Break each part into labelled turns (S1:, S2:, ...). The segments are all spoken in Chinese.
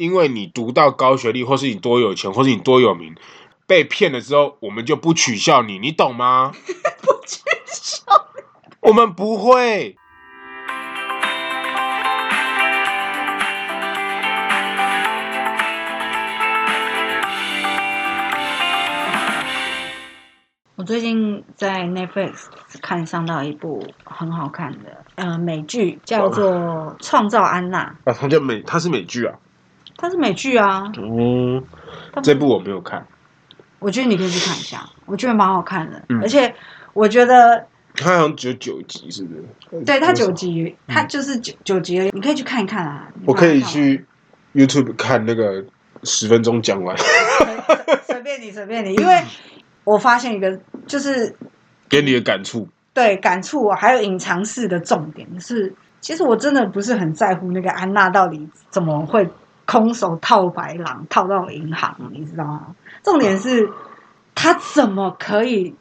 S1: 因为你读到高学历，或是你多有钱，或是你多有名，被骗了之后，我们就不取笑你，你懂吗？
S2: 不去笑。
S1: 我们不会。
S2: 我最近在 Netflix 看上到一部很好看的呃美剧，叫做《创造安娜
S1: 啊，它叫美，它是美剧啊。》，
S2: 它是美剧啊。
S1: 嗯，
S2: 它不
S1: 这部我没有看，
S2: 我觉得你可以去看一下，我觉得蛮好看的，
S1: 嗯
S2: 而且我觉得
S1: 它好像只有九集，是不是？
S2: 对它
S1: 它
S2: 九。集，它就是九九集而已，你可以去看一看啊。你
S1: 嗯我可以
S2: 把它看完
S1: 去 YouTube 看那个十分钟讲完，
S2: 随随便你随便你，因为我发现一个就是
S1: 给你的感触。
S2: 对感触啊，还有隐藏式的重点是，其实我真的不是很在乎那个安娜到底怎么会空手套白狼套到银行，你知道吗？重点是她怎么可以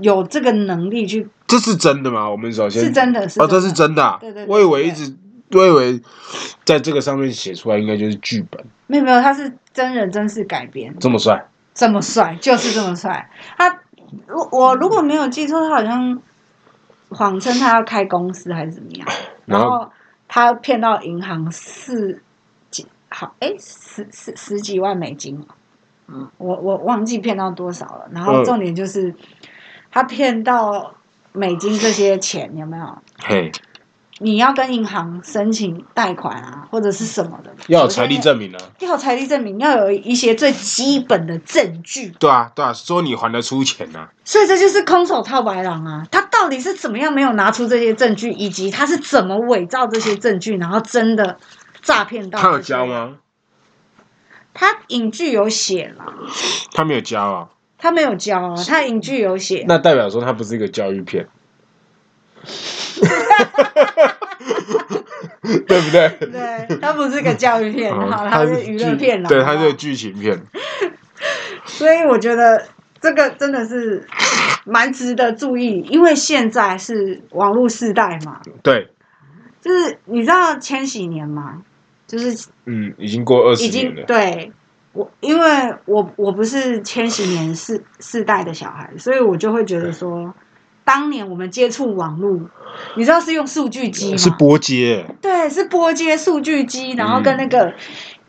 S2: 有这个能力去？
S1: 这是真的吗？我们首先
S2: 是真的，是
S1: 哦，
S2: 真的
S1: 这是真的、啊。
S2: 对对对
S1: 我以为一直，我以为在这个上面写出来应该就是剧本。
S2: 没有没有，他是真人真事改编，
S1: 这么帅，
S2: 这么帅就是这么帅。他我我如果没有记错，他好像谎称他要开公司还是怎么样，然
S1: 然后
S2: 后他骗到银行四几好哎十十十几万美金，嗯，我我忘记骗到多少了。然后
S1: 嗯
S2: 重点就是、他骗到美金这些钱有没有？
S1: 嘿，
S2: 你要跟银行申请贷款啊，或者是什么的，
S1: 要有财力证明啊。
S2: 要有财力证明，要有一些最基本的证据。
S1: 对啊，对啊，说你还得出钱呐、啊。
S2: 所以这就是空手套白狼啊！他到底是怎么样没有拿出这些证据，以及他是怎么伪造这些证据，然后真的诈骗到？
S1: 他有教？吗？
S2: 他影剧有写了，
S1: 他没有教啊，
S2: 他没有教啊，他影剧有写。
S1: 那代表说他不是一个教育 片，对不对？
S2: 对，他不是个教育片，
S1: 嗯
S2: 好，他是娱乐
S1: 剧
S2: 片啦。
S1: 对，
S2: 好
S1: 他
S2: 不好
S1: 是剧情片。
S2: 所以我觉得这个真的是蛮值得注意，因为现在是网络时代嘛，
S1: 对，
S2: 就是你知道千禧年吗？就是
S1: 嗯，已经过二十
S2: 已
S1: 年
S2: 经
S1: 了。
S2: 对我，因为我我不是千禧年世世代的小孩，所以我就会觉得说，当年我们接触网络，你知道是用数据机
S1: 是
S2: 吗？
S1: 波接，欸
S2: 对，是拨接数据机，然后跟
S1: 嗯
S2: 那个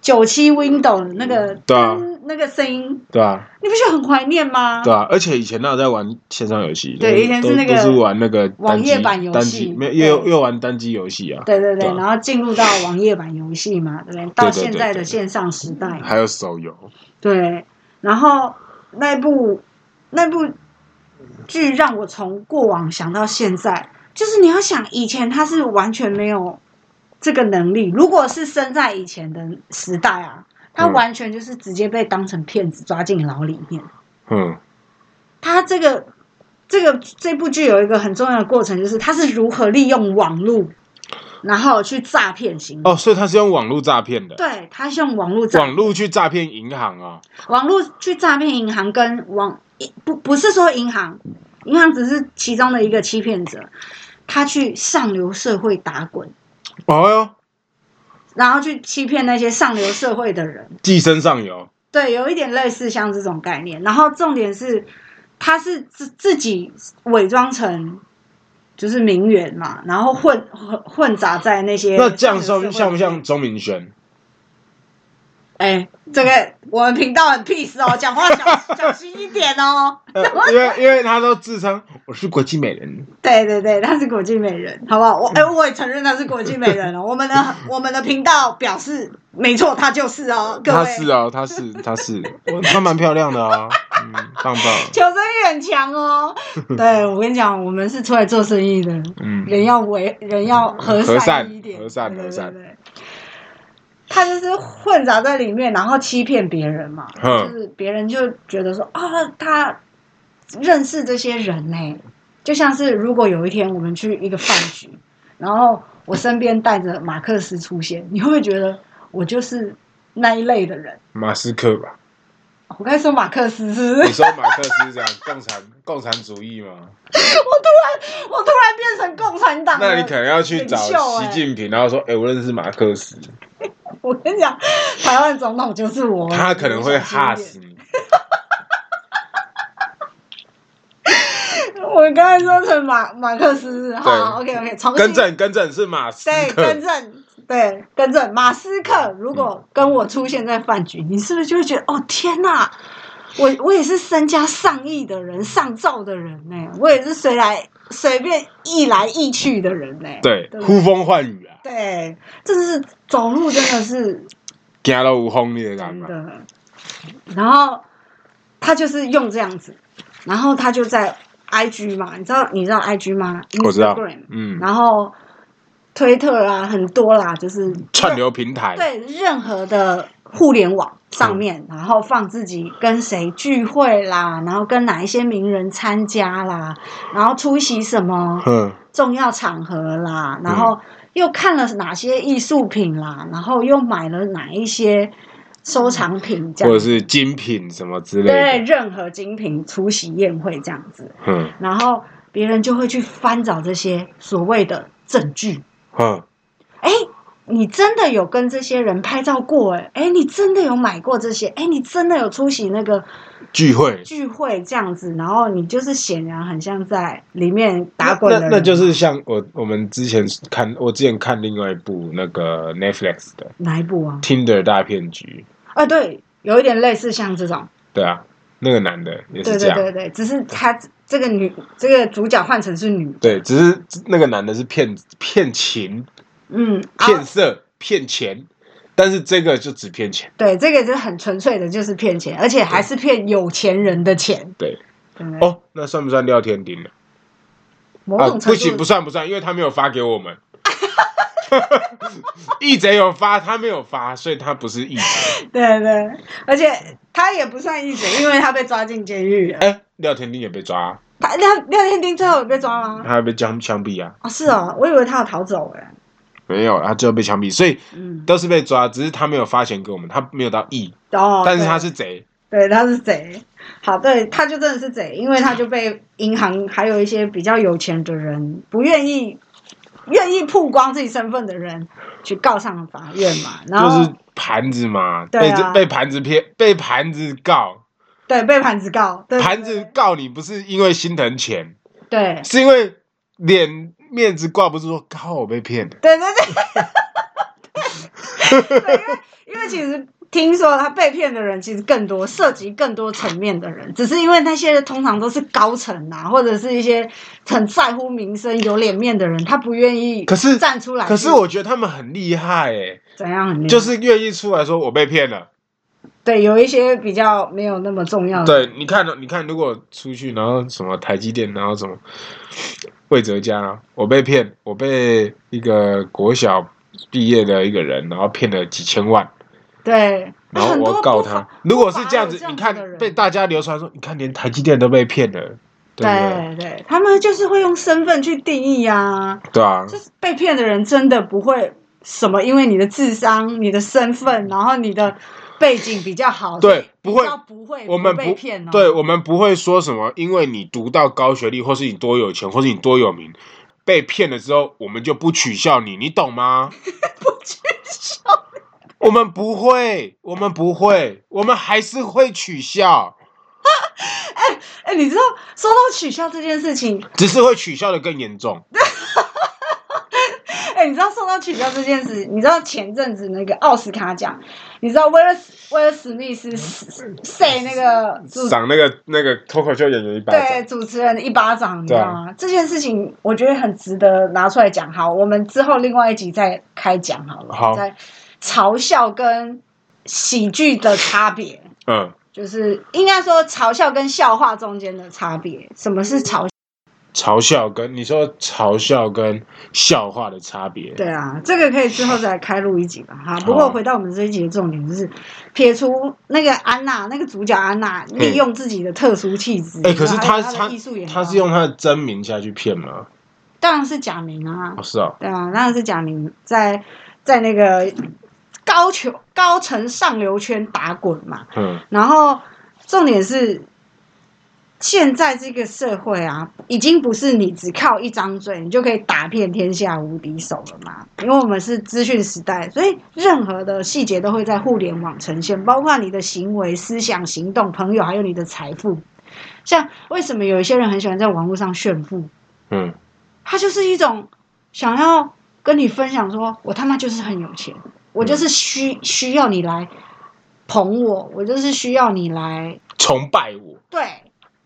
S2: 九七 Window 那个
S1: 对啊
S2: 噔那个声音，
S1: 对吧？
S2: 你不觉得很怀念吗？
S1: 对啊，而且以前那有在玩线上游戏，
S2: 对
S1: 都
S2: 以前是那个
S1: 都都是玩那个单机
S2: 网页版游戏
S1: 单机没有
S2: 对
S1: 又又玩单机游戏啊，
S2: 对对对
S1: 对啊
S2: 然后进入到网页版游戏嘛，对不对？到
S1: 对对
S2: 现在
S1: 对
S2: 的
S1: 对
S2: 线上时代嘛，
S1: 还有手游，
S2: 对，然后那部那部剧让我从过往想到现在，就是你要想以前他是完全没有这个能力，如果是生在以前的时代啊，他
S1: 嗯
S2: 完全就是直接被当成骗子抓进牢里面。
S1: 嗯，
S2: 他这个这个这部剧有一个很重要的过程，就是他是如何利用网络，然后去诈骗行为。
S1: 哦，所以他是用网络诈骗的，
S2: 对，他是用网络诈
S1: 网络去诈骗银行啊，
S2: 网络去诈骗银行跟网不不是说银行，银行只是其中的一个欺骗者，他去上流社会打滚，
S1: 哦哟，
S2: 然后去欺骗那些上流社会的人。
S1: 寄生上游，
S2: 对，有一点类似像这种概念。然后重点是，他是自自己伪装成就是名媛嘛，然后混混混杂在那些
S1: 那这样
S2: 上流
S1: 像
S2: 社
S1: 像不
S2: 会里面
S1: 像？钟明 轩？
S2: 哎，这个我们频道很 peace 哦，讲话小小心一点哦。
S1: 呃因为因为他都自称我是国际美人，
S2: 对对对，她是国际美人，好不好？我
S1: 嗯
S2: 哎、我也承认她是国际美人哦 了。我们的我们的频道表示，没错，她就是哦，各
S1: 他
S2: 位，
S1: 是哦，他是他 是，我他蛮漂亮的啊，嗯，棒棒，
S2: 求生欲很 强哦。对，我跟你讲，我们是出来做生意的，
S1: 嗯，
S2: 人要为人要和
S1: 和善
S2: 一点，
S1: 和善
S2: 对
S1: 和善。
S2: 对对对他就是混杂在里面，然后欺骗别人嘛，
S1: 嗯
S2: 就是别人就觉得说，哦，他认识这些人呢、就像是如果有一天我们去一个饭局，然后我身边带着马克思出现，你会不会觉得我就是那一类的人？
S1: 马斯克吧。
S2: 我刚才说马克思是不是
S1: 你？说马克思讲共产共产主义吗？
S2: 我突然变成共产党了，
S1: 那你可能要去找
S2: 领袖欸
S1: 习近平，然后说：“哎、我认识马克思。”
S2: 我跟你讲，台湾总统就是我，
S1: 他可能会吓死你。
S2: 我刚才说成马马克思，好，OK OK，重新
S1: 更正，更正是马斯
S2: 对，
S1: 克
S2: 更，正，对，更正。马斯克如
S1: 嗯
S2: 果跟我出现在饭局，你是不是就会觉得，哦，天哪、我我也是身家上亿的人，上兆的人呢、我也是随来随便一来一去的人呢、
S1: 对
S2: 对，不对
S1: 呼风唤雨啊，
S2: 对，这是走路真的是
S1: 行到无风你的感
S2: 真
S1: 觉，
S2: 的。然后他就是用这样子，然后他就在 IG 嘛，你知道你知道 IG 吗？
S1: 我知道
S2: Instagram，
S1: 嗯，
S2: 然后推特啊，很多啦，就是
S1: 串流平台，
S2: 对任何的互联网上面，然后放自己跟谁聚会啦，然后跟哪一些名人参加啦，然后出席什么
S1: 哼，
S2: 重要场合
S1: 嗯
S2: 啦，然后又看了哪些艺术品啦，然后又买了哪一些收藏品这
S1: 或者
S2: 样。
S1: 是精品什么之
S2: 对
S1: 类的，
S2: 任何精品出席宴会这样子，
S1: 哼
S2: 然后别人就会去翻找这些所谓的证据，
S1: 哼，
S2: 哎，你真的有跟这些人拍照过哎，哎，你真的有买过这些，哎，你真的有出席那个
S1: 聚会，
S2: 聚会这样子，然后你就是显然很像在里面打滚的
S1: 那
S2: 人，
S1: 那就是像我我们之前看，我之前看另外一部那个 Netflix 的
S2: 哪一部啊？
S1: 《Tinder 大骗局
S2: 啊，对，有一点类似像这种，》，
S1: 对啊，那个男的也
S2: 对
S1: 是这
S2: 对
S1: 样，
S2: 对对，只是他这个女这个主角换成是女，
S1: 对，只是那个男的是骗骗情、
S2: 嗯，啊
S1: 骗色、骗钱，但是这个就只骗钱。
S2: 对，这个是很纯粹的，就是骗钱，而且还是骗有钱人的钱，
S1: 对，
S2: 对不对？
S1: 哦，那算不算廖天丁呢？
S2: 某
S1: 啊，
S2: 种程度、
S1: 不行，不算不算，因为他没有发给我 们。 义贼有发，他没有发，所以他不是义贼。
S2: 对对，而且他也不算义贼，因为他被抓进监狱了。
S1: 哎、廖天丁也被抓、
S2: 他廖廖天丁最后有被抓吗？
S1: 他还被枪枪毙啊？
S2: 哦，是哦，我以为他有逃走哎。
S1: 没有，他最后被枪毙，所以
S2: 嗯，
S1: 都是被抓，只是他没有发钱给我们，他没有到义，
S2: 哦，
S1: 但是
S2: 对
S1: 他是贼。
S2: 对他是贼，好，对，他就真的是贼，因为他就被银行还有一些比较有钱的人不愿意。愿意曝光自己身份的人去告上法院嘛，然
S1: 就
S2: 后、
S1: 是盘子嘛，
S2: 对
S1: 被
S2: 啊
S1: 这被盘子骗，被盘子告，
S2: 对被盘子告，对
S1: 盘子告你不是因为心疼钱，
S2: 对
S1: 是因为脸面子挂不住，说靠我被骗了。
S2: 对对对对，对因为因为其实听说他被骗的人其实更多，涉及更多层面的人，只是因为那些通常都是高层啊，或者是一些很在乎民生、有脸面的人，他不愿意
S1: 可是
S2: 站出来去。
S1: 可是我觉得他们很厉害欸诶、
S2: 怎样很厉害
S1: 就是愿意出来说我被骗了。
S2: 对有一些比较没有那么重要的，
S1: 对，你看哦，你看，如果出去，然后什么台积电，然后什么魏哲家，我被骗，我被一个国小毕业的一个人，然后骗了几千万，
S2: 对，那
S1: 然后
S2: 很多
S1: 我告
S2: 不
S1: 他
S2: 法。
S1: 如果是这样
S2: 不
S1: 子
S2: 法，有
S1: 你
S2: 这样
S1: 看
S2: 子的人
S1: 被大家流传说，你看连台积电都被骗了，对不对？
S2: 对对，他们就是会用身份去定义啊。
S1: 对啊，
S2: 就是被骗的人真的不会什么，因为你的智商、你的身份，然后你的背景比较好，
S1: 对
S2: 所以
S1: 不会
S2: 比较哎不会，
S1: 我们
S2: 被骗哦。
S1: 对，我们不会说什么，因为你读到高学历，或是你多有钱，或是你多有名，被骗了之后，我们就不取笑你，你懂吗？
S2: 不取笑，
S1: 我们不会，我们不会，我们还是会取笑，
S2: 哎，你知道说到取笑这件事情，
S1: 只是会取笑的更严重。
S2: 哎，你知道说到取笑这件事，你知道前阵子那个奥斯卡奖，你知道威尔斯威尔史密斯塞那个主
S1: 赏那个那个脱口秀演员一巴
S2: 对
S1: 掌，
S2: 主持人一巴掌，你知
S1: 对啊
S2: 道吗？这件事情我觉得很值得拿出来讲。好，我们之后另外一集再开讲好了。
S1: 好
S2: 在嘲笑跟喜剧的差别，
S1: 嗯，
S2: 就是应该说嘲笑跟笑话中间的差别。什么是嘲？
S1: 嘲笑跟你说嘲笑跟笑话的差别，
S2: 对啊，这个可以之后再开录一集吧。哈，不过回到我们这一集的重点，就是撇除那个安娜，那个主角安娜利用自己的特殊气质，
S1: 哎、可是
S2: 还
S1: 他
S2: 有她
S1: 他
S2: 的艺术眼光，
S1: 他是用他的真名下去骗吗？
S2: 当然是假名啊
S1: 哦，。是哦，
S2: 对啊，当然是贾玲在在那个高球高层上流圈打滚嘛。
S1: 嗯
S2: 然后重点是现在这个社会啊，已经不是你只靠一张嘴你就可以打遍天下无敌手了嘛。因为我们是资讯时代，所以任何的细节都会在互联网呈现，包括你的行为、思想、行动、朋友，还有你的财富。像为什么有一些人很喜欢在网络上炫富？
S1: 嗯，
S2: 他就是一种想要跟你分享说，我他妈就是很有钱，我就是需需要你来捧我，我就是需要你来
S1: 崇拜我，
S2: 对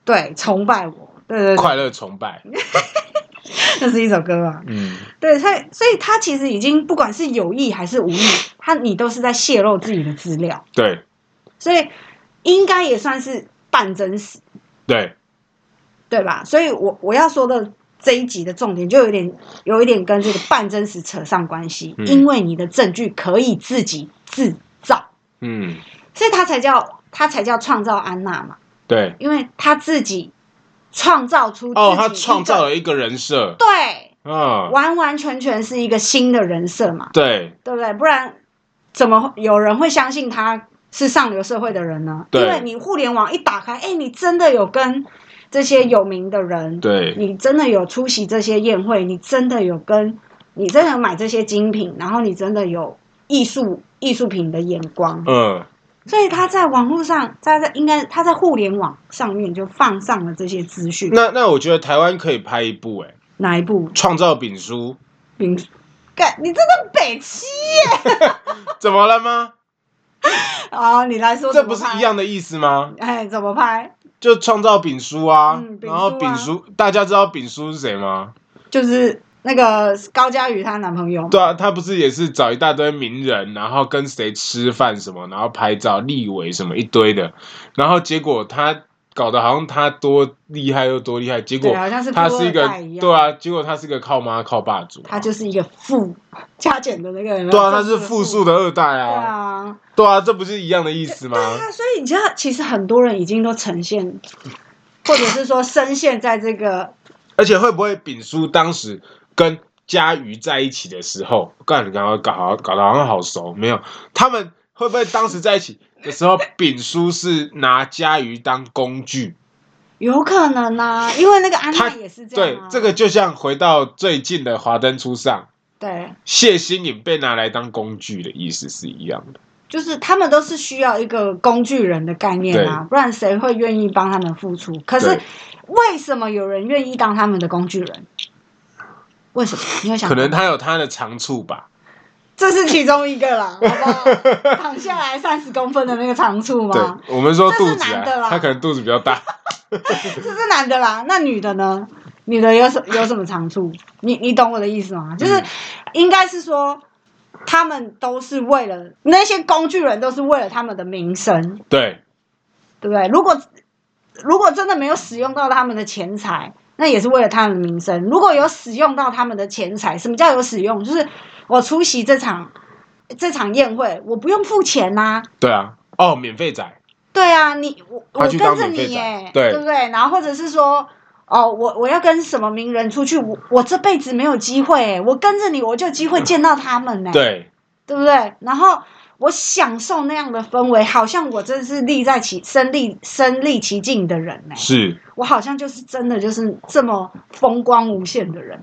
S2: 对崇拜我，对对 对，
S1: 快乐崇拜，
S2: 那是一首歌啊。
S1: 嗯，
S2: 对，所以所以他其实已经不管是有意还是无意，他你都是在泄露自己的资料，
S1: 对
S2: 所以应该也算是半真实，
S1: 对，
S2: 对吧？所以我我要说的这一集的重点就有点有一点跟这个半真实扯上关系，
S1: 嗯
S2: 因为你的证据可以自己制造，
S1: 嗯
S2: 所以他才叫他才叫创造安娜嘛，
S1: 对。
S2: 因为他自己创造出自己
S1: 哦，他创造
S2: 一个
S1: 了一个人设，
S2: 对，
S1: 啊，
S2: 完完全全是一个新的人设嘛，
S1: 对
S2: 对不对？不然怎么会有人会相信他是上流社会的人呢？因
S1: 对
S2: 为你互联网一打开，哎，你真的有跟这些有名的人，
S1: 对
S2: 你真的有出席这些宴会，你真的有跟，你真的有买这些精品，然后你真的有艺术艺术品的眼光，
S1: 嗯，
S2: 所以他在网络上，在在应该他在互联网上面就放上了这些资讯。
S1: 那那我觉得台湾可以拍一部、哎，
S2: 哪一部？
S1: 创造丙 叔，
S2: 冰，干，你真的北七耶！
S1: 怎么了吗？
S2: 哦，你来说
S1: 这
S2: 怎么
S1: 不是
S2: 拍
S1: 一样？的意思吗？
S2: 哎，怎么拍？
S1: 就创造丙叔啊，
S2: 嗯丙叔啊
S1: 然后丙叔，大家知道丙叔是谁吗？
S2: 就是那个高佳瑜她男朋友嘛，
S1: 对啊，他不是也是找一大堆名人，然后跟谁吃饭什么，然后拍照、立委什么一堆的，然后结果他搞得好像他多厉害又多厉害，结果
S2: 对好像是
S1: 他是一
S2: 富
S1: 个
S2: 二代一样
S1: 对啊，结果他是个靠妈靠爸族啊、
S2: 他就是一个负加减的那个人，
S1: 对啊，他是复数
S2: 的，
S1: 的二代
S2: 对
S1: 啊，
S2: 啊，
S1: 对啊，这不是一样的意思吗
S2: 对？啊，所以你知道，其实很多人已经都呈现，或者是说深陷在这个，
S1: 而且会不会丙叔当时跟佳瑜在一起的时候，干你刚刚搞好搞得好像好熟，没有？他们会不会当时在一起的时候，丙叔是拿佳瑜当工具？
S2: 有可能啊，因为那个安娜
S1: 他
S2: 也是这
S1: 对
S2: 样、啊，，
S1: 这个就像回到最近的《华灯初上》，
S2: 对，
S1: 谢欣颖被拿来当工具的意思是一样的。
S2: 就是他们都是需要一个工具人的概念啊，不然谁会愿意帮他们付出？可是
S1: 对
S2: 为什么有人愿意当他们的工具人？为什么？你有想
S1: 可
S2: 过吗
S1: 能他有他的长处吧。
S2: 这是其中一个啦，好不 好？躺下来三十公分的那个长处
S1: 对
S2: 吗？，
S1: 我们说
S2: 这
S1: 肚
S2: 是
S1: 子
S2: 男的啦
S1: 啊，他可能肚子比较 大。
S2: 这是男的啦，那女的呢？女的有什有什么长处？你你懂我的意思吗？就是、
S1: 嗯
S2: 应该是说，他们都是为了那些工具人，都是为了他们的名声，
S1: 对，
S2: 对不对？如果如果真的没有使用到他们的钱财，那也是为了他们的名声。如果有使用到他们的钱财，什么叫有使用？就是我出席这场这场宴会，我不用付钱呐、
S1: 对啊，哦，免费仔，
S2: 对啊，你我我
S1: 他去当
S2: 跟着你
S1: 免费
S2: 耶
S1: 仔，对
S2: 不对？然后或者是说，哦，我我要跟什么名人出去，我我这辈子没有机会耶，我跟着你，我就有机会见到他们呢，
S1: 对
S2: 对不对？然后我享受那样的氛围，好像我真是立在其身历身历其境的人呢，
S1: 是，
S2: 我好像就是真的就是这么风光无限的人。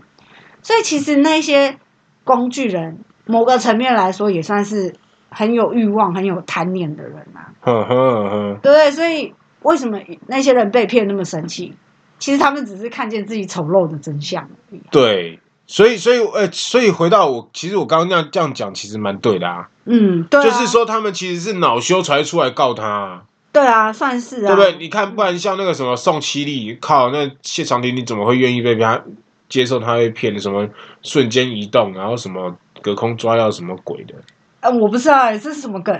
S2: 所以其实那些工具人，某个层面来说，也算是很有欲望、很有贪念的人啊。
S1: 呵呵呵，
S2: 对所以为什么那些人被骗那么生气？其实他们只是看见自己丑陋的真相而已。
S1: 对，所以所以呃，所以回到我，其实我刚刚那样这样讲，其实蛮对的啊，
S2: 嗯，对、啊，
S1: 就是，说他们其实是恼羞才出来告他、啊，
S2: 对啊，算是
S1: 对
S2: 啊，
S1: 不对？你看，不然像那个什么宋七力，靠，那谢长廷你怎么会愿意被他接受他被骗的什么瞬间移动，然后什么隔空抓药什么鬼的？
S2: 嗯，我不知道、欸、这是什么梗，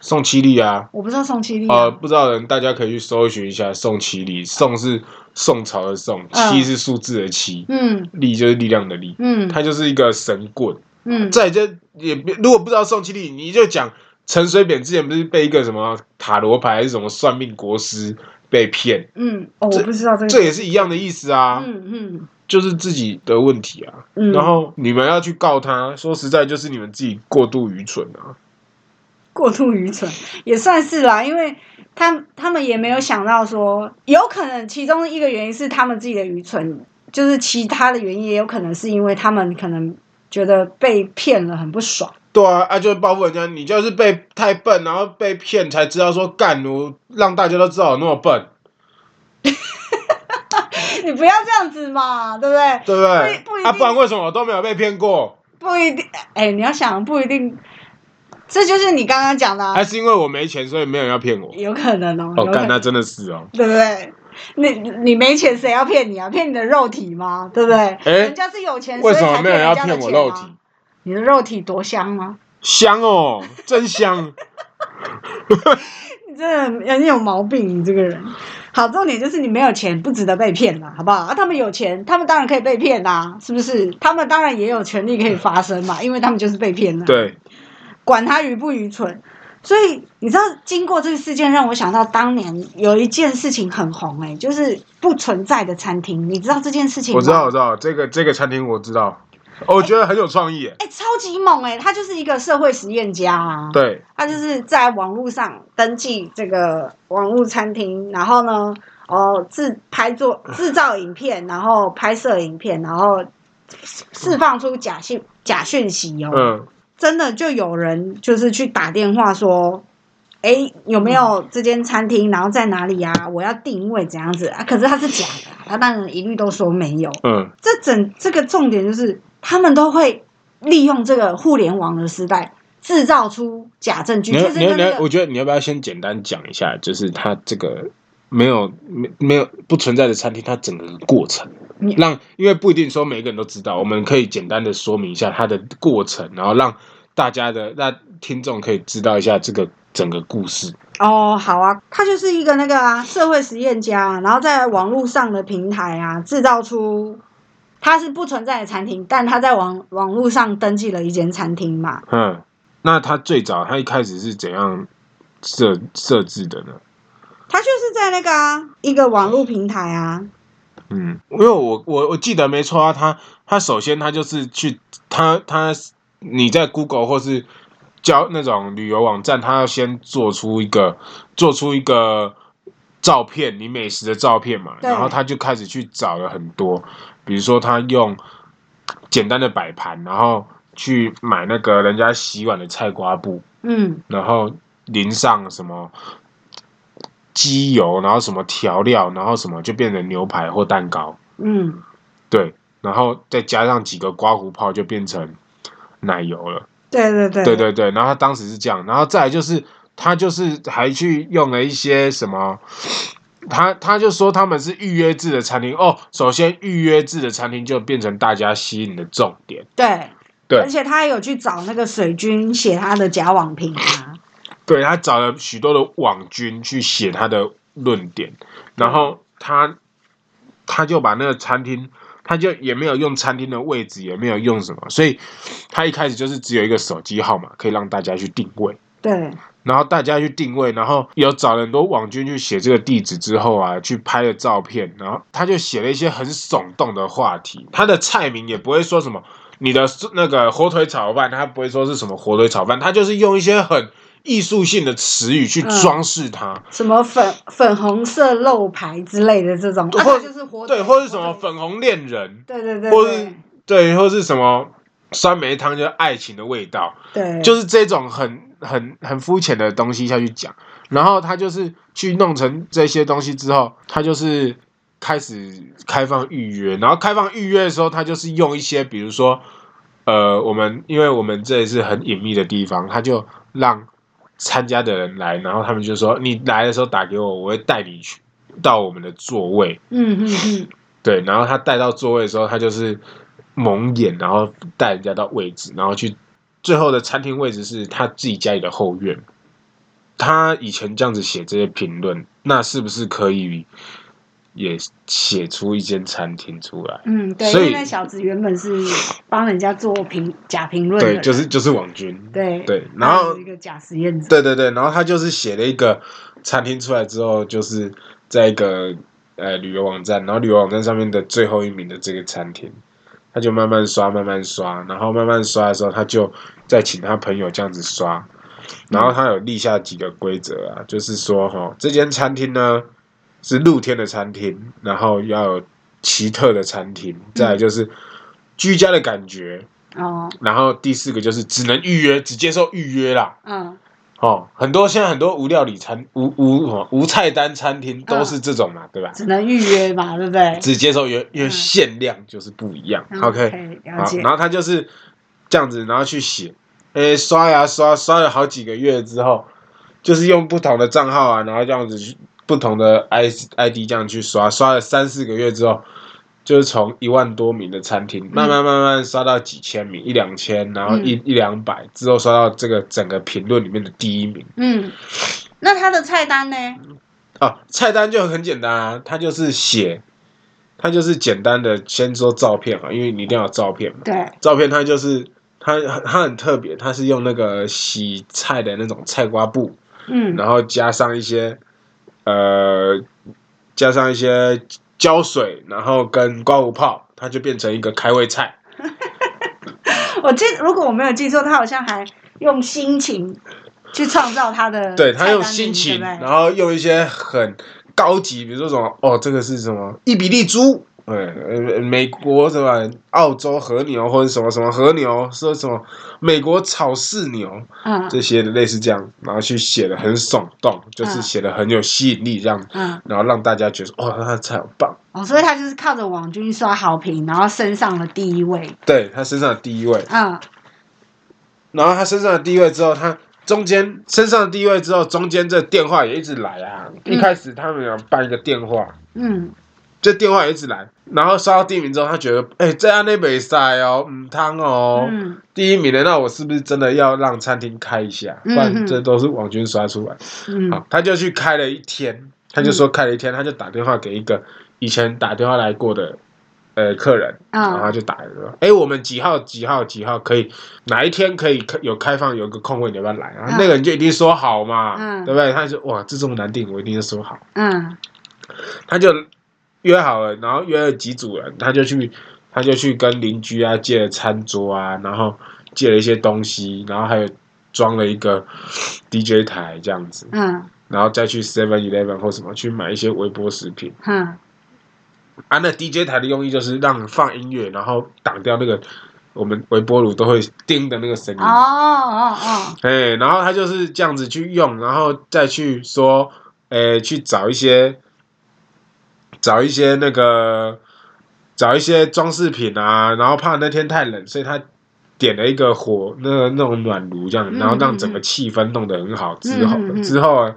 S1: 宋七力啊，
S2: 我不知道宋七力、啊。
S1: 呃，不知道的人大家可以去搜寻一下宋七力，宋是宋朝的宋，
S2: 嗯
S1: 七是数字的七，
S2: 嗯
S1: 力就是力量的力。
S2: 嗯
S1: 他就是一个神棍。
S2: 嗯，
S1: 再就也别如果不知道宋七力，你就讲陈水扁之前不是被一个什么塔罗牌还是什么算命国师被骗，
S2: 嗯，哦，
S1: 这
S2: 我不知道这个，
S1: 这也是一样的意思啊，
S2: 嗯嗯
S1: 就是自己的问题啊。
S2: 嗯，
S1: 然后你们要去告他，说实在就是你们自己过度愚蠢啊。
S2: 过度愚蠢，也算是啦，因为他他们也没有想到说，有可能其中一个原因是他们自己的愚蠢，就是其他的原因也有可能是因为他们可能觉得被骗了很不爽。
S1: 对啊，啊，就是报复人家，你就是被太笨，然后被骗才知道说干，我让大家都知道我那么笨，
S2: 你不要这样子嘛，对不对？
S1: 对不对？
S2: 不不一定
S1: 啊，不然为什么我都没有被骗过？
S2: 不一定，哎，你要想不一定，这就是你刚刚讲的、啊
S1: 还，是因为我没钱，所以没有人要骗我？
S2: 有可能哦，
S1: 哦，
S2: 有可
S1: 哎干，
S2: 能
S1: 那真的是哦。
S2: 对不对？你你没钱，谁要骗你啊？骗你的肉体吗？对不对？人家是有钱，
S1: 哎为什么
S2: 所以才
S1: 没有人要
S2: 骗
S1: 骗
S2: 人家
S1: 我
S2: 的钱啊
S1: 肉体？
S2: 你的肉体多香吗？
S1: 香哦，真香！
S2: 你真的你有毛病，你这个人。好，重点就是你没有钱，不值得被骗啦，好不好？啊，他们有钱，他们当然可以被骗啦，是不是？他们当然也有权利可以发声嘛，因为他们就是被骗 了。
S1: 对，
S2: 管他愚不愚蠢。所以你知道，经过这个事件，让我想到当年有一件事情很红、欸，就是不存在的餐厅。你知道这件事情吗？
S1: 我知道，我知道这个这个餐厅我知道，哦我觉得很有创意耶。
S2: 哎、超级猛哎、他就是一个社会实验家啊。
S1: 对，
S2: 他就是在网络上登记这个网络餐厅，然后呢，哦，制拍做制造影片，然后拍摄影片，然后释放出假信假讯息哦。
S1: 嗯，
S2: 真的就有人就是去打电话说，哎、有没有这间餐厅？然后在哪里呀、啊？我要定位怎样子啊？可是他是假的啊，他当然一律都说没有。
S1: 嗯，
S2: 这整这个重点就是，他们都会利用这个互联网的时代，制造出假证据，
S1: 你
S2: 就
S1: 要
S2: 是
S1: 你要
S2: 跟
S1: 你
S2: 那
S1: 要，
S2: 个
S1: 我觉得你要不要先简单讲一下，就是它这个没有没没有不存在的餐厅，它整个过程
S2: 你，
S1: 让因为不一定说每个人都知道，我们可以简单的说明一下它的过程，然后让大家的让听众可以知道一下这个整个故事。
S2: 哦，好啊，他就是一个那个啊社会实验家啊，然后在网络上的平台啊，制造出他是不存在的餐厅，但他在网网络上登记了一间餐厅嘛，
S1: 嗯，那它最早它一开始是怎样设设置的呢？
S2: 他就是在那个啊一个网络平台啊，
S1: 嗯，因为我我我记得没错啊，他他首先他就是去他他你在 Google 或是交那种旅游网站，他要先做出一个做出一个照片，你美食的照片嘛，
S2: 对
S1: 然后他就开始去找了很多，比如说他用简单的摆盘，然后去买那个人家洗碗的菜瓜布，
S2: 嗯，
S1: 然后淋上什么鸡油，然后什么调料，然后什么就变成牛排或蛋糕，
S2: 嗯，
S1: 对，然后再加上几个刮胡泡就变成奶油了，
S2: 对对对，
S1: 对对对，然后他当时是这样，然后再来就是他就是还去用了一些什么。他他就说他们是预约制的餐厅哦，首先预约制的餐厅就变成大家吸引的重点，
S2: 对
S1: 对
S2: 而且他还有去找那个水军写他的假网评啊，
S1: 对他找了许多的网军去写他的论点，然后他他就把那个餐厅，他就也没有用餐厅的位置，也没有用什么，所以他一开始就是只有一个手机号码可以让大家去定位，
S2: 对，
S1: 然后大家去定位，然后有找了很多网军去写这个地址之后啊，去拍了照片，然后他就写了一些很耸动的话题，他的菜名也不会说什么你的那个火腿炒饭，他不会说是什么火腿炒饭，他就是用一些很艺术性的词语去装饰它，
S2: 什么粉粉红色漏牌之类的这种，
S1: 对
S2: 啊
S1: 或
S2: 他就是火腿
S1: 对，或是什么
S2: 火腿
S1: 粉红恋人，
S2: 对对对，
S1: 或
S2: 对
S1: 是对，或是什么酸梅汤，就是爱情的味道。
S2: 对，
S1: 就是这种很很很肤浅的东西下去讲，然后他就是去弄成这些东西之后，他就是开始开放预约，然后开放预约的时候，他就是用一些比如说，呃，我们因为我们这里是很隐秘的地方，他就让参加的人来，然后他们就说你来的时候打给我，我会带你去到我们的座位，
S2: 嗯嗯嗯，
S1: 对，然后他带到座位的时候，他就是蒙眼，然后带人家到位置，然后去最后的餐厅位置是他自己家里的后院。他以前这样子写这些评论，那是不是可以也写出一间餐厅出来？
S2: 嗯，对，因
S1: 所以
S2: 为那小子原本是帮人家做评假评论的
S1: 对，
S2: 人，
S1: 就是就是网军。
S2: 对
S1: 对，
S2: 他
S1: 然后
S2: 是一个假实验者，
S1: 对对对，然后他就是写了一个餐厅出来之后，就是在一个呃旅游网站，然后旅游网站上面的最后一名的这个餐厅，他就慢慢刷，慢慢刷，然后慢慢刷的时候，他就再请他朋友这样子刷，然后他有立下几个规则啊，就是说哈、这间餐厅呢是露天的餐厅，然后要有奇特的餐厅，再来就是居家的感觉，
S2: 哦，
S1: 然后第四个就是只能预约，只接受预约啦。
S2: 嗯，
S1: 哦，很多现在很多无料理餐无无什么无菜单餐厅都是这种嘛，对吧？
S2: 只能预约嘛，对不对？
S1: 只接受约，因为
S2: 嗯
S1: 限量就是不一样。
S2: 嗯
S1: OK，
S2: OK，了
S1: 好，
S2: 解
S1: 然。后他就是这样子，然后去写，诶、刷呀刷，刷了好几个月之后，就是用不同的账号啊，然后这样子去不同的 I ID 这样去刷，刷了三四个月之后，就是从一万多名的餐
S2: 嗯
S1: 厅，慢慢慢慢刷到几千名，一两千，然后一、一两百，之后刷到这个整个评论里面的第一名。
S2: 嗯，那他的菜单呢？
S1: 啊，菜单就很简单啊，它就是写，它就是简单的先说照片啊，因为你一定要有照片嘛。
S2: 对，
S1: 照片它就是它它很特别，它是用那个洗菜的那种菜瓜布，
S2: 嗯
S1: 然后加上一些呃加上一些胶水，然后跟刮胡泡，它就变成一个开胃菜。
S2: 我记，如果我没有记错，他好像还用心情去创造他的
S1: 对他
S2: 呃菜
S1: 用
S2: 单
S1: 心
S2: 名
S1: 情，
S2: 对不
S1: 然
S2: 对？
S1: 后用一些很高级，比如说什么哦，这个是什么伊比利猪，呃呃，美国什么澳洲和牛或者什么什么和牛，说什么美国草饲牛
S2: 嗯
S1: 这些的类似这样，然后去写的很耸动，就是
S2: 嗯
S1: 写的很有吸引力这样，
S2: 嗯，
S1: 然后让大家觉得哦，他的菜好棒，
S2: 哦，所以他就是靠着网军刷好评，然后升上了第一位。
S1: 对他身上的第一位，
S2: 嗯
S1: 然后他身上的地位之后，他中间身上的地位之后，中间这电话也一直来啊，一
S2: 嗯
S1: 开始他们有办一个电话。
S2: 嗯
S1: 这电话也一直来，然后刷到第一名之后，他觉得，哎、这样那没赛哦，嗯，汤哦，
S2: 嗯
S1: 第一名的，那我是不是真的要让餐厅开一下？不
S2: 嗯
S1: 然这都是网军刷出来。
S2: 嗯
S1: 好，他就去开了一天，他就说开了一天，他就打电话给一个以前打电话来过的呃客人，然后他
S2: 嗯
S1: 就打了说，哎、我们几号几号几号可以哪一天可以开有开放有个空位，你要不要来？然后那个人就一定说好嘛，
S2: 嗯
S1: 对不对？他就说哇，这这么难定，我一定要说好。
S2: 嗯
S1: 他就约好了，然后约了几组人，他就去，他就去跟邻居啊借了餐桌啊，然后借了一些东西，然后还有装了一个 DJ 台这样子，
S2: 嗯
S1: 然后再去 Seven Eleven 或什么去买一些微波食品。
S2: 嗯
S1: 啊，那 DJ 台的用意就是让放音乐，然后挡掉那个我们微波炉都会叮的那个声音。
S2: 哦哦哦，
S1: 哎，然后他就是这样子去用，然后再去说，哎，去找一些，找一些那个，找一些装饰品啊，然后怕那天太冷，所以他点了一个火，那个那种暖炉这样，
S2: 嗯
S1: 然后让整个气氛弄得很好。之后
S2: 嗯嗯嗯
S1: 之后啊，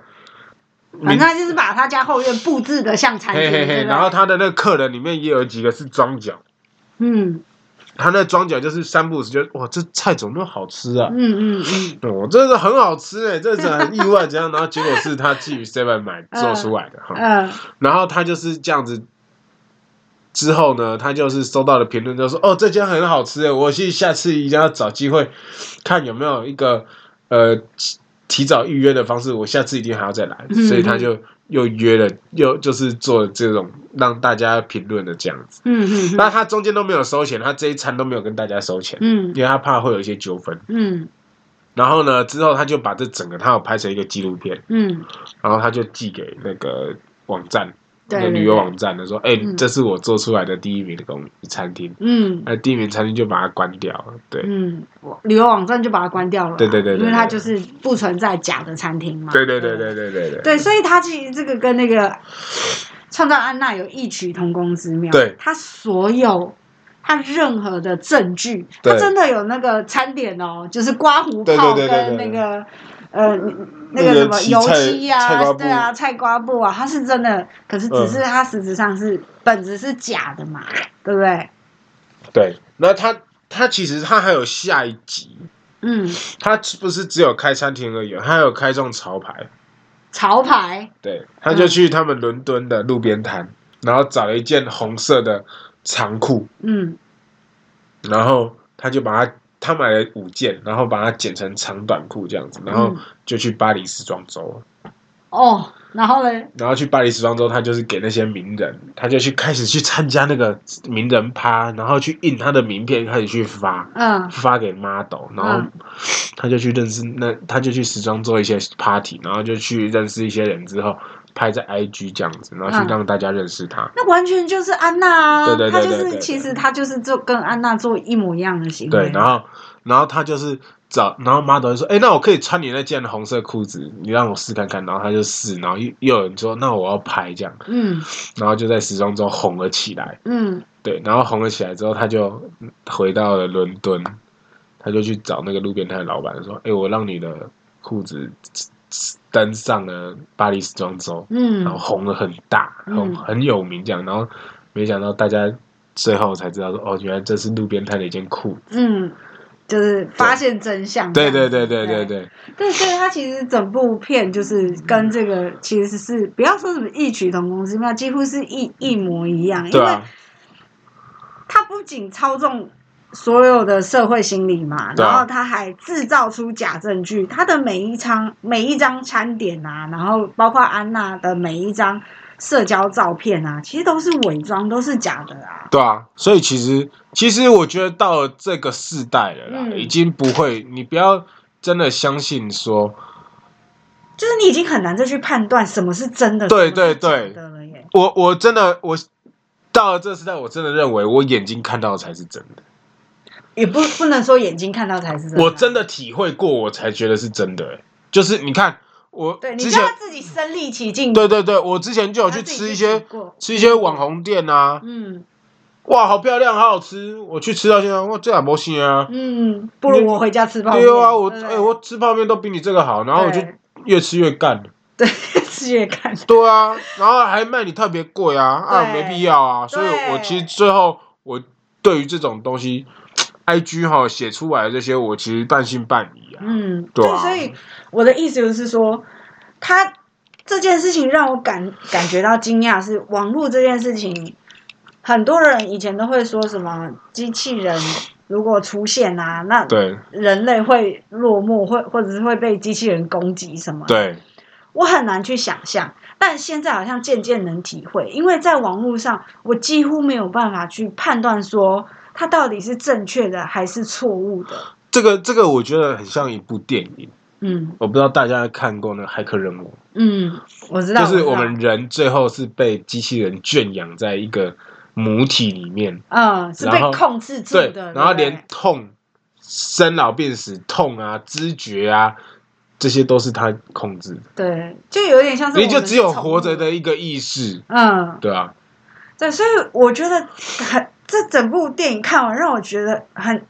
S2: 反正他就是把他家后院布置的像餐厅，
S1: 嘿嘿
S2: 对
S1: 嘿，
S2: 不
S1: 然后
S2: 对？
S1: 他的那个客人里面也有几个是庄脚，
S2: 嗯
S1: 他那庄脚就是三不五时就哇，这菜怎么那么好吃啊？
S2: 嗯嗯嗯，
S1: 哦，这个很好吃哎，这个很意外，这样，然后结果是他基于 Seven 买做出来的哈，
S2: 嗯
S1: 然后他就是这样子。之后呢，他就是收到了评论，就说：“哦，这间很好吃哎，我去下次一定要找机会看有没有一个呃提提早预约的方式，我下次一定还要再来。
S2: 嗯
S1: 所以他就又约了，又就是做这种让大家评论的这样子。
S2: 嗯嗯
S1: 那他中间都没有收钱，他这一餐都没有跟大家收钱，
S2: 嗯
S1: 因为他怕会有一些纠纷。
S2: 嗯
S1: 然后呢，之后他就把这整个他有拍成一个纪录片，
S2: 嗯
S1: 然后他就寄给那个网站，
S2: 对
S1: 那个
S2: 对
S1: 旅游
S2: 对
S1: 网站的说，哎、
S2: 嗯
S1: 这是我做出来的第一名的公餐厅，
S2: 嗯。
S1: 那、第一名餐厅就把它关掉了，对，
S2: 嗯，我旅游网站就把它关掉了啦，
S1: 对对对对
S2: 因为它
S1: 对
S2: 就是不存在假的餐厅嘛。
S1: 对对对对对对对，
S2: 对，所以它其实这个跟那个创造安娜有异曲同工之妙。
S1: 对
S2: 它所有它任何的证据，
S1: 对
S2: 它真的有那个餐点哦，就是刮胡
S1: 对
S2: 泡
S1: 对
S2: 跟
S1: 对对对
S2: 那个呃
S1: 那
S2: 那
S1: 个
S2: 个什么
S1: 洗
S2: 油
S1: 菜
S2: 漆
S1: 菜
S2: 呀、
S1: 瓜
S2: 对啊，菜瓜布啊，它是真的，可是只
S1: 嗯
S2: 是它实质上是、本质是假的嘛，对不对？
S1: 对，那他他其实他还有下一集，
S2: 嗯，
S1: 他不是只有开餐厅而已，他还有开这种潮牌，
S2: 潮牌，
S1: 对，他
S2: 嗯
S1: 就去他们伦敦的路边摊，然后找了一件红色的长裤，
S2: 嗯。
S1: 然后他就把它，他买了
S2: 嗯
S1: 五件，然后把它剪成长短裤这样子，然后就去巴黎时装周。
S2: 哦，然后嘞，
S1: 然后去巴黎时装周，他就是给那些名人，他就去开始去参加那个名人趴，然后去印他的名片，开始去发
S2: 嗯
S1: 发给 model，然后
S2: 嗯
S1: 他就去认识那他就去时装周一些 party，然后就去认识一些人之后拍在 IG 这样子，然后
S2: 嗯
S1: 去让大家认识他。
S2: 那完全就是安娜啊，
S1: 对对对
S2: 她就
S1: 对
S2: 是
S1: 对
S2: 其实她就是做跟安娜做一模一样的行为，
S1: 对，然后然后他就是找，然后 model 就说：“哎、那我可以穿你那件红色裤子，你让我试看看。”然后他就试，然后又又有人说：“那我要拍这样。
S2: 嗯”
S1: 然后就在时装周红了起来。
S2: 嗯，
S1: 对，然后红了起来之后，他就回到了伦敦，他就去找那个路边摊的老板说：“哎、我让你的裤子登上了巴黎时装周，
S2: 嗯
S1: 然后红了很大，
S2: 嗯
S1: 很很有名这样。”然后没想到大家最后才知道说：“哦，原来这是路边摊的一件裤子。”
S2: 嗯，就是发现真相。
S1: 对对
S2: 这
S1: 对
S2: 样子
S1: 对对
S2: 对
S1: 对。
S2: 对，所以他其实整部片就是跟这个其实是不要说什么异曲同工之妙，几乎是一一模一样，因
S1: 对
S2: 为
S1: 啊，
S2: 它不仅操纵。所有的社会心理嘛，
S1: 对啊
S2: 然后他还制造出假证据。他的每一张每一张餐点啊，然后包括安娜的每一张社交照片啊，其实都是伪装，都是假的啊。
S1: 对啊，所以其实其实我觉得到了这个世代了啦，
S2: 嗯
S1: 已经不会，你不要真的相信说，
S2: 就是你已经很难再去判断什么是真的，
S1: 对
S2: 什么是
S1: 对对
S2: 假的了耶。
S1: 我我真的我到了这个时代，我真的认为我眼睛看到的才是真的，
S2: 也不不能说眼睛看到才是真的。
S1: 我真的体会过，我才觉得是真的、欸就是你看我
S2: 对你
S1: 之
S2: 叫
S1: 前
S2: 他，自己身临其境，
S1: 对对对，我之前就有
S2: 他
S1: 去
S2: 自己
S1: 吃一
S2: 去
S1: 些
S2: 吃过
S1: 吃一些网红店啊，
S2: 嗯
S1: 哇，好漂亮，好好吃，我去吃到现在，哇，这还没行啊。
S2: 嗯，不如我回家吃泡面。
S1: 对啊，我
S2: 对
S1: 哎、我吃泡面都比你这个好，然后我就
S2: 对
S1: 越吃越干。
S2: 对 吃也看，
S1: 对啊，然后还卖你特别贵啊，啊
S2: 对
S1: 没必要啊，所以
S2: 对
S1: 我其实最后我对于这种东西，IG 哈写出来的这些，我其实半信半疑啊。
S2: 嗯，
S1: 对啊
S2: 所以我的意思就是说，他这件事情让我感感觉到惊讶，是网络这件事情，很多人以前都会说什么机器人如果出现啊，那
S1: 对
S2: 人类会落寞，会或者是会被机器人攻击什么的
S1: 对
S2: 我很难去想象，但现在好像渐渐能体会，因为在网络上，我几乎没有办法去判断说它到底是正确的还是错误的。
S1: 这个这个我觉得很像一部电影，
S2: 嗯
S1: 我不知道大家看过那个《骇客任务
S2: 嗯，我知》，道，
S1: 就是
S2: 知道
S1: 我们人最后是被机器人圈养在一个母体里面，
S2: 嗯是被
S1: 然后
S2: 控制住
S1: 对
S2: 的，对，
S1: 然后
S2: 不对
S1: 连痛、生老病死、痛啊、知觉啊，这些都是他控制的。
S2: 对，就有点像是
S1: 你就
S2: 我们
S1: 只有
S2: 是宠物
S1: 活着的一个意识，
S2: 嗯
S1: 对啊，
S2: 对，所以我觉得很这整部电影看完让我觉得很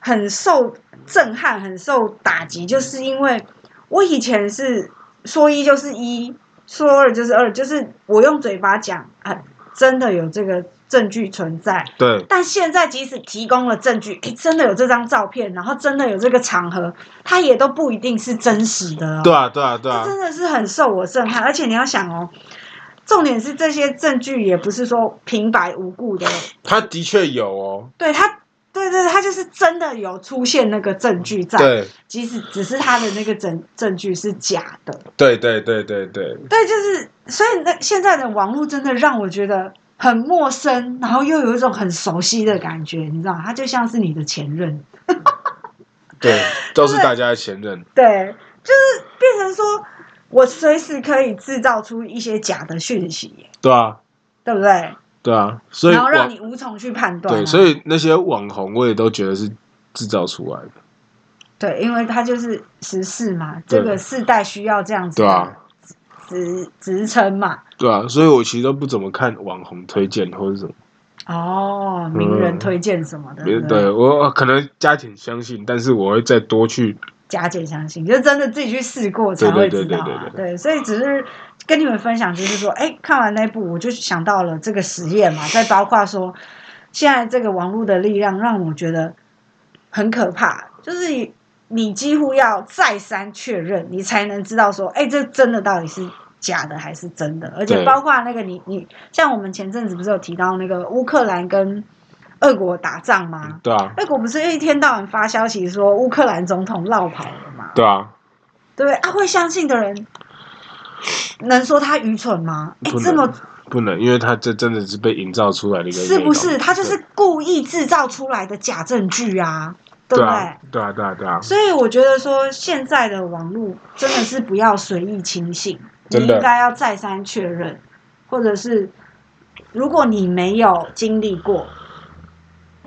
S2: 很受震撼，很受打击，就是因为我以前是说一就是一，说二就是二，就是我用嘴巴讲，啊，真的有这个证据存在。
S1: 对
S2: 但现在即使提供了证据，诶真的有这张照片，然后真的有这个场合，它也都不一定是真实的、哦。
S1: 对啊，对啊，对啊
S2: 这，真的是很受我震撼。而且你要想哦，重点是这些证据也不是说平白无故的，哦
S1: 他的确有哦，
S2: 对他，对对，对他就是真的有出现那个证据在，
S1: 对
S2: 即使只是他的那个证证据是假的，
S1: 对对对对对
S2: 对，就是所以那现在的网络真的让我觉得。很陌生，然后又有一种很熟悉的感觉，你知道吗？它就像是你的前任，
S1: 对，都是大家的前任，
S2: 对，就是变成说我随时可以制造出一些假的讯息，
S1: 对啊，
S2: 对不对？
S1: 对啊，所以
S2: 然后让
S1: 网
S2: 你无从去判断啊、
S1: 对，所以那些网红我也都觉得是制造出来的，
S2: 对因为它就是时事嘛，
S1: 对
S2: 这个世代需要这样子
S1: 对啊
S2: 的，职职称嘛。
S1: 对啊，所以我其实都不怎么看网红推荐或者什么，
S2: 哦，名人推荐什么的，
S1: 别
S2: 对不
S1: 对
S2: 对？
S1: 我可能家庭相信，但是我会再多去，
S2: 假姐相信，就真的自己去试过才会知道
S1: 对对对
S2: 啊
S1: 对对。
S2: 对，所以只是跟你们分享，就是说，哎，看完那部，我就想到了这个实验嘛，再包括说，现在这个网络的力量让我觉得很可怕，就是你几乎要再三确认，你才能知道说，哎，这真的到底是假的还是真的？而且
S1: 对
S2: 包括那个你你，像我们前阵子不是有提到那个乌克兰跟俄国打仗吗？
S1: 对啊，
S2: 俄国不是一天到晚发消息说乌克兰总统落跑了吗？
S1: 对啊，
S2: 对不对啊，会相信的人能说他愚蠢吗？哎，
S1: 不
S2: 这么
S1: 能不能，因为他这真的是被营造出来的一个哦内
S2: 是
S1: 容，
S2: 不是他就是故意制造出来的假证据啊？对
S1: 对
S2: 不
S1: 对
S2: 对？
S1: 啊对啊对啊对啊，
S2: 所以我觉得说，现在的网络真的是不要随意轻信，你
S1: 真的
S2: 应该要再三确认，或者是如果你没有经历过，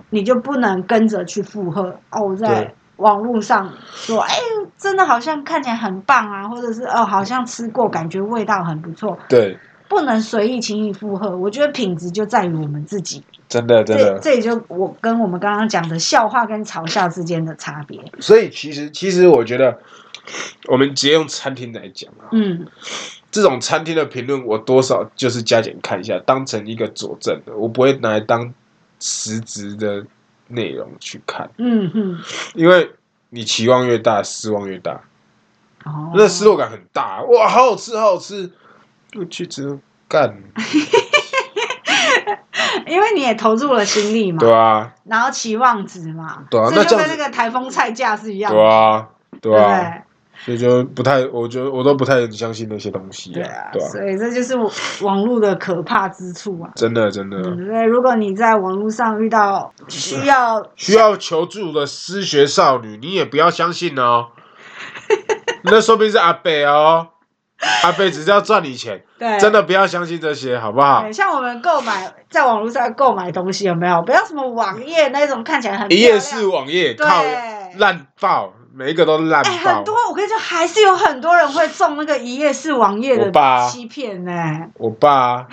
S2: 你就不能跟着去附和哦。我在
S1: 对
S2: 网络上说，哎，真的好像看起来很棒啊，或者是哦，好像吃过，感觉味道很不错，
S1: 对，
S2: 不能随意轻易附和。我觉得品质就在于我们自己。
S1: 真的真
S2: 这
S1: 的。
S2: 这也就我跟我们刚刚讲的笑话跟嘲笑之间的差别。
S1: 所以其实其实我觉得，我们直接用餐厅来讲啊，
S2: 嗯。
S1: 这种餐厅的评论，我多少就是加减看一下，当成一个佐证的，我不会拿来当实质的内容去看，
S2: 嗯哼，
S1: 因为你期望越大，失望越大，
S2: 哦，
S1: 那失落感很大。啊哇，好好吃，好好吃，我去吃 干，
S2: 因为你也投入了心力嘛，
S1: 对啊，
S2: 然后期望值嘛，
S1: 对啊
S2: 这
S1: 那
S2: 就
S1: 这
S2: 跟
S1: 样
S2: 那
S1: 子
S2: 个台风菜价是一样的，
S1: 对啊，对
S2: 不
S1: 啊，所以就不太，我觉得我都不太相信那些东西
S2: 对？对
S1: 啊
S2: 啊，，
S1: 对啊，
S2: 所以这就是网网络的可怕之处啊。
S1: 真的真的。
S2: 嗯，所以如果你在网络上遇到需要，
S1: 需要求助的失学少女，你也不要相信 哦。那说不定是阿贝哦，阿贝只是要赚你钱，
S2: 对，哎
S1: 真的啊不要相信这些，好不好
S2: 对。？像我们购买在网络上购买东西有没有？不要什么网页那种看起来很
S1: 一页
S2: 漂
S1: 式
S2: 亮
S1: 网页
S2: 对
S1: 靠烂爆，每一个都烂
S2: 哎、
S1: 爆
S2: 很。多我跟你说，还是有很多人会中那个一页式网页
S1: 我
S2: 的
S1: 爸啊
S2: 欺骗呢、
S1: 我爸 啊、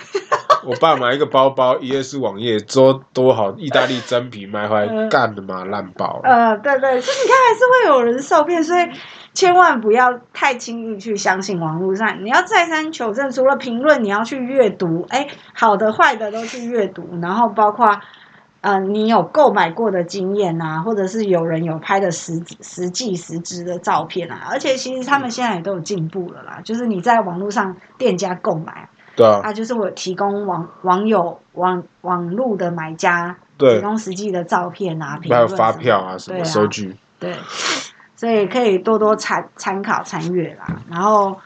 S1: 我爸买一个包包，一页式网页多多好，意大利真皮买回来，
S2: 嗯
S1: 干的嘛烂爆了。
S2: 呃，对 对，所以你看还是会有人受骗，所以千万不要太轻易去相信网络上，你要再三求证。除了评论，你要去阅读，哎，好的坏的都去阅读，然后包括。呃，你有购买过的经验啊，或者是有人有拍的实实际实质的照片啊，而且其实他们现在也都有进步了啦，就是你在网络上店家购买
S1: 对啊，
S2: 啊，就是我提供网网友网网络的买家提
S1: 对，
S2: 供实际的照片啊，评
S1: 还有
S2: 论
S1: 发
S2: 什么
S1: 票啊什
S2: 对
S1: 么
S2: 啊
S1: 收据，
S2: 对，所以可以多多参参考参阅啦。然后，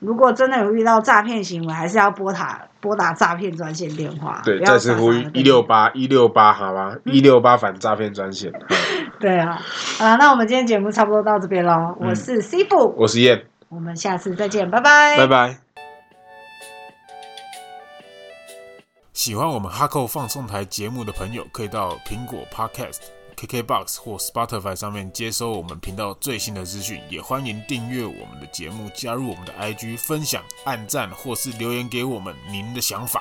S2: 如果真的有遇到诈骗行为，还是要拨打拨打诈骗专线电话。
S1: 对，
S2: 不要
S1: 再次
S2: 傻傻
S1: 呼
S2: 地
S1: 吁
S2: 被
S1: 一六八一六八，好吗？一六八反诈骗专线。
S2: 对啊，啊，那我们今天节目差不多到这边喽。我是 C 部，
S1: 嗯我是燕，
S2: 我们下次再见，拜拜
S1: 拜。拜。喜欢我们哈扣放送台节目的朋友，可以到苹果 Podcast、KKBox 或 Spotify 上面接收我们频道最新的资讯。也欢迎订阅我们的节目，加入我们的 IG，分享、按赞或是留言给我们您的想法。